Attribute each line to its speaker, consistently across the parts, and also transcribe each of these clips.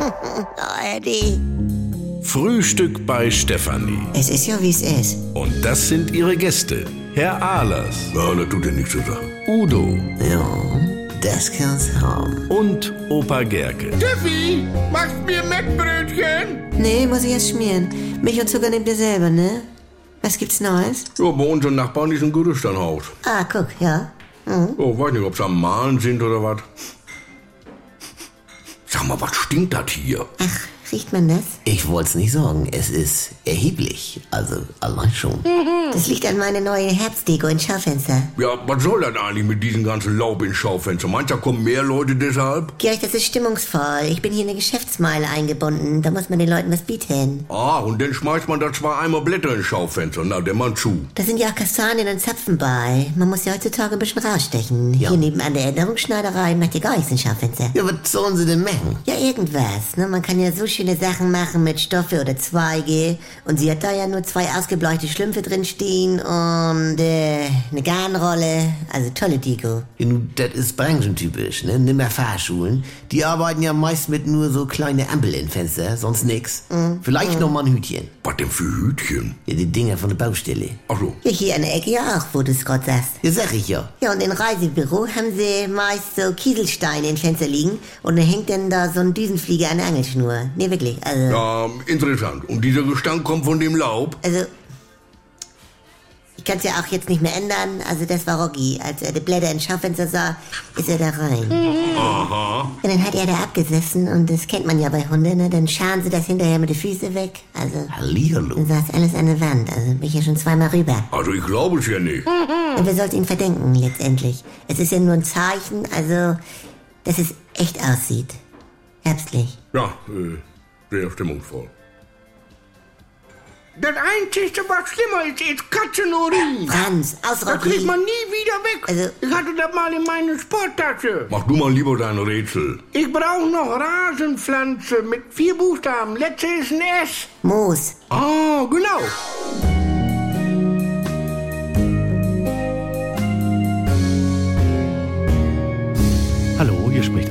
Speaker 1: oh, Eddie.
Speaker 2: Frühstück bei Stefanie.
Speaker 1: Es ist ja, wie es ist.
Speaker 2: Und das sind ihre Gäste. Herr Ahlers. Ja, das tut dir nichts zu sagen. Udo
Speaker 1: Ja, das kann's haben.
Speaker 2: und Opa Gerke.
Speaker 3: Steffi, machst mir Mettbrötchen?
Speaker 1: Nee, muss ich erst schmieren. Milch und Zucker nehmt ihr selber, ne? Was gibt's Neues?
Speaker 3: Ja, bei unseren Nachbarn ist ein Gerüsternhaus.
Speaker 1: Ah, guck, ja.
Speaker 3: Oh, weiß nicht, ob sie am Malen sind oder was. Sag mal, was stinkt das hier?
Speaker 1: Ach, riecht man das?
Speaker 4: Ich wollte es nicht sagen, es ist erheblich. Also allein schon.
Speaker 5: Hm.
Speaker 1: Das liegt an meiner neuen Herbstdeko in Schaufenster.
Speaker 3: Ja, was soll das eigentlich mit diesem ganzen Laub ins Schaufenster? Meinst du, da kommen mehr Leute deshalb?
Speaker 1: Georg, das ist stimmungsvoll. Ich bin hier in eine Geschäftsmeile eingebunden. Da muss man den Leuten was bieten.
Speaker 3: Ah, und dann schmeißt man da zwei Eimer Blätter ins Schaufenster. Na, der Mann zu.
Speaker 1: Da sind ja auch Kastanien und Zapfen bei. Man muss ja heutzutage ein bisschen rausstechen. Hier nebenan der Erinnerungsschneiderei macht ja gar nichts in Schaufenster.
Speaker 4: Ja, was sollen sie denn machen?
Speaker 1: Ja, irgendwas. Ne? Man kann ja so schöne Sachen machen mit Stoffe oder Zweige. Und sie hat da ja nur zwei ausgebleichte Schlümpfe drin stehen und äh, eine Garnrolle. Also tolle Deko.
Speaker 4: Ja, nun, das ist branchentypisch, ne? Nimmer Fahrschulen. Die arbeiten ja meist mit nur so kleine Ampel in Fenster, sonst nix.
Speaker 5: Hm.
Speaker 4: Vielleicht noch mal ein Hütchen.
Speaker 3: Was denn für Hütchen?
Speaker 4: Ja, die Dinger von der Baustelle.
Speaker 3: Ach so.
Speaker 1: Ja, hier an der Ecke ja auch, wo du es gerade sagst.
Speaker 4: Ja, sag ich ja.
Speaker 1: Ja, und im Reisebüro haben sie meist so Kieselsteine in Fenster liegen. Und dann hängt dann da so ein Düsenflieger an der Angelschnur. Nee, wirklich. Also,
Speaker 3: Ähm, interessant. Und dieser Gestank kommt von dem Laub?
Speaker 1: also ich kann es ja auch jetzt nicht mehr ändern. Also das war Rocky. Als er die Blätter ins Schaufenster sah, ist er da rein.
Speaker 3: Aha.
Speaker 1: Und dann hat er da abgesessen und das kennt man ja bei Hunden, ne? dann scharen sie das hinterher mit den Füßen weg. Also,
Speaker 4: Hallihallo.
Speaker 1: dann saß alles an der Wand, also bin ich ja schon zweimal rüber.
Speaker 3: Also, ich glaube es ja nicht.
Speaker 5: Hm.
Speaker 1: Und wir sollten ihn verdenken, letztendlich. Es ist ja nur ein Zeichen, also, dass es echt aussieht. Herbstlich.
Speaker 3: Ja, äh, sehr stimmungsvoll.
Speaker 5: Das Einzige, was schlimmer ist, ist Katzenurin.
Speaker 1: Franz, aus
Speaker 5: Das kriegt
Speaker 1: Rocky.
Speaker 5: man nie wieder weg.
Speaker 1: Also-
Speaker 5: ich hatte das mal in meiner Sporttasche.
Speaker 3: Mach du mal lieber dein Rätsel.
Speaker 5: Ich brauche noch Rasenpflanze mit vier Buchstaben. Letzte ist ein S.
Speaker 1: Moos.
Speaker 5: Oh, genau.
Speaker 6: Hallo, hier spricht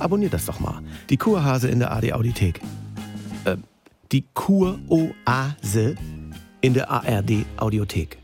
Speaker 6: Abonniert das doch mal. Die Kurhase in der AD Audiothek. Ähm, Äh, die Kuroase in der ARD Audiothek.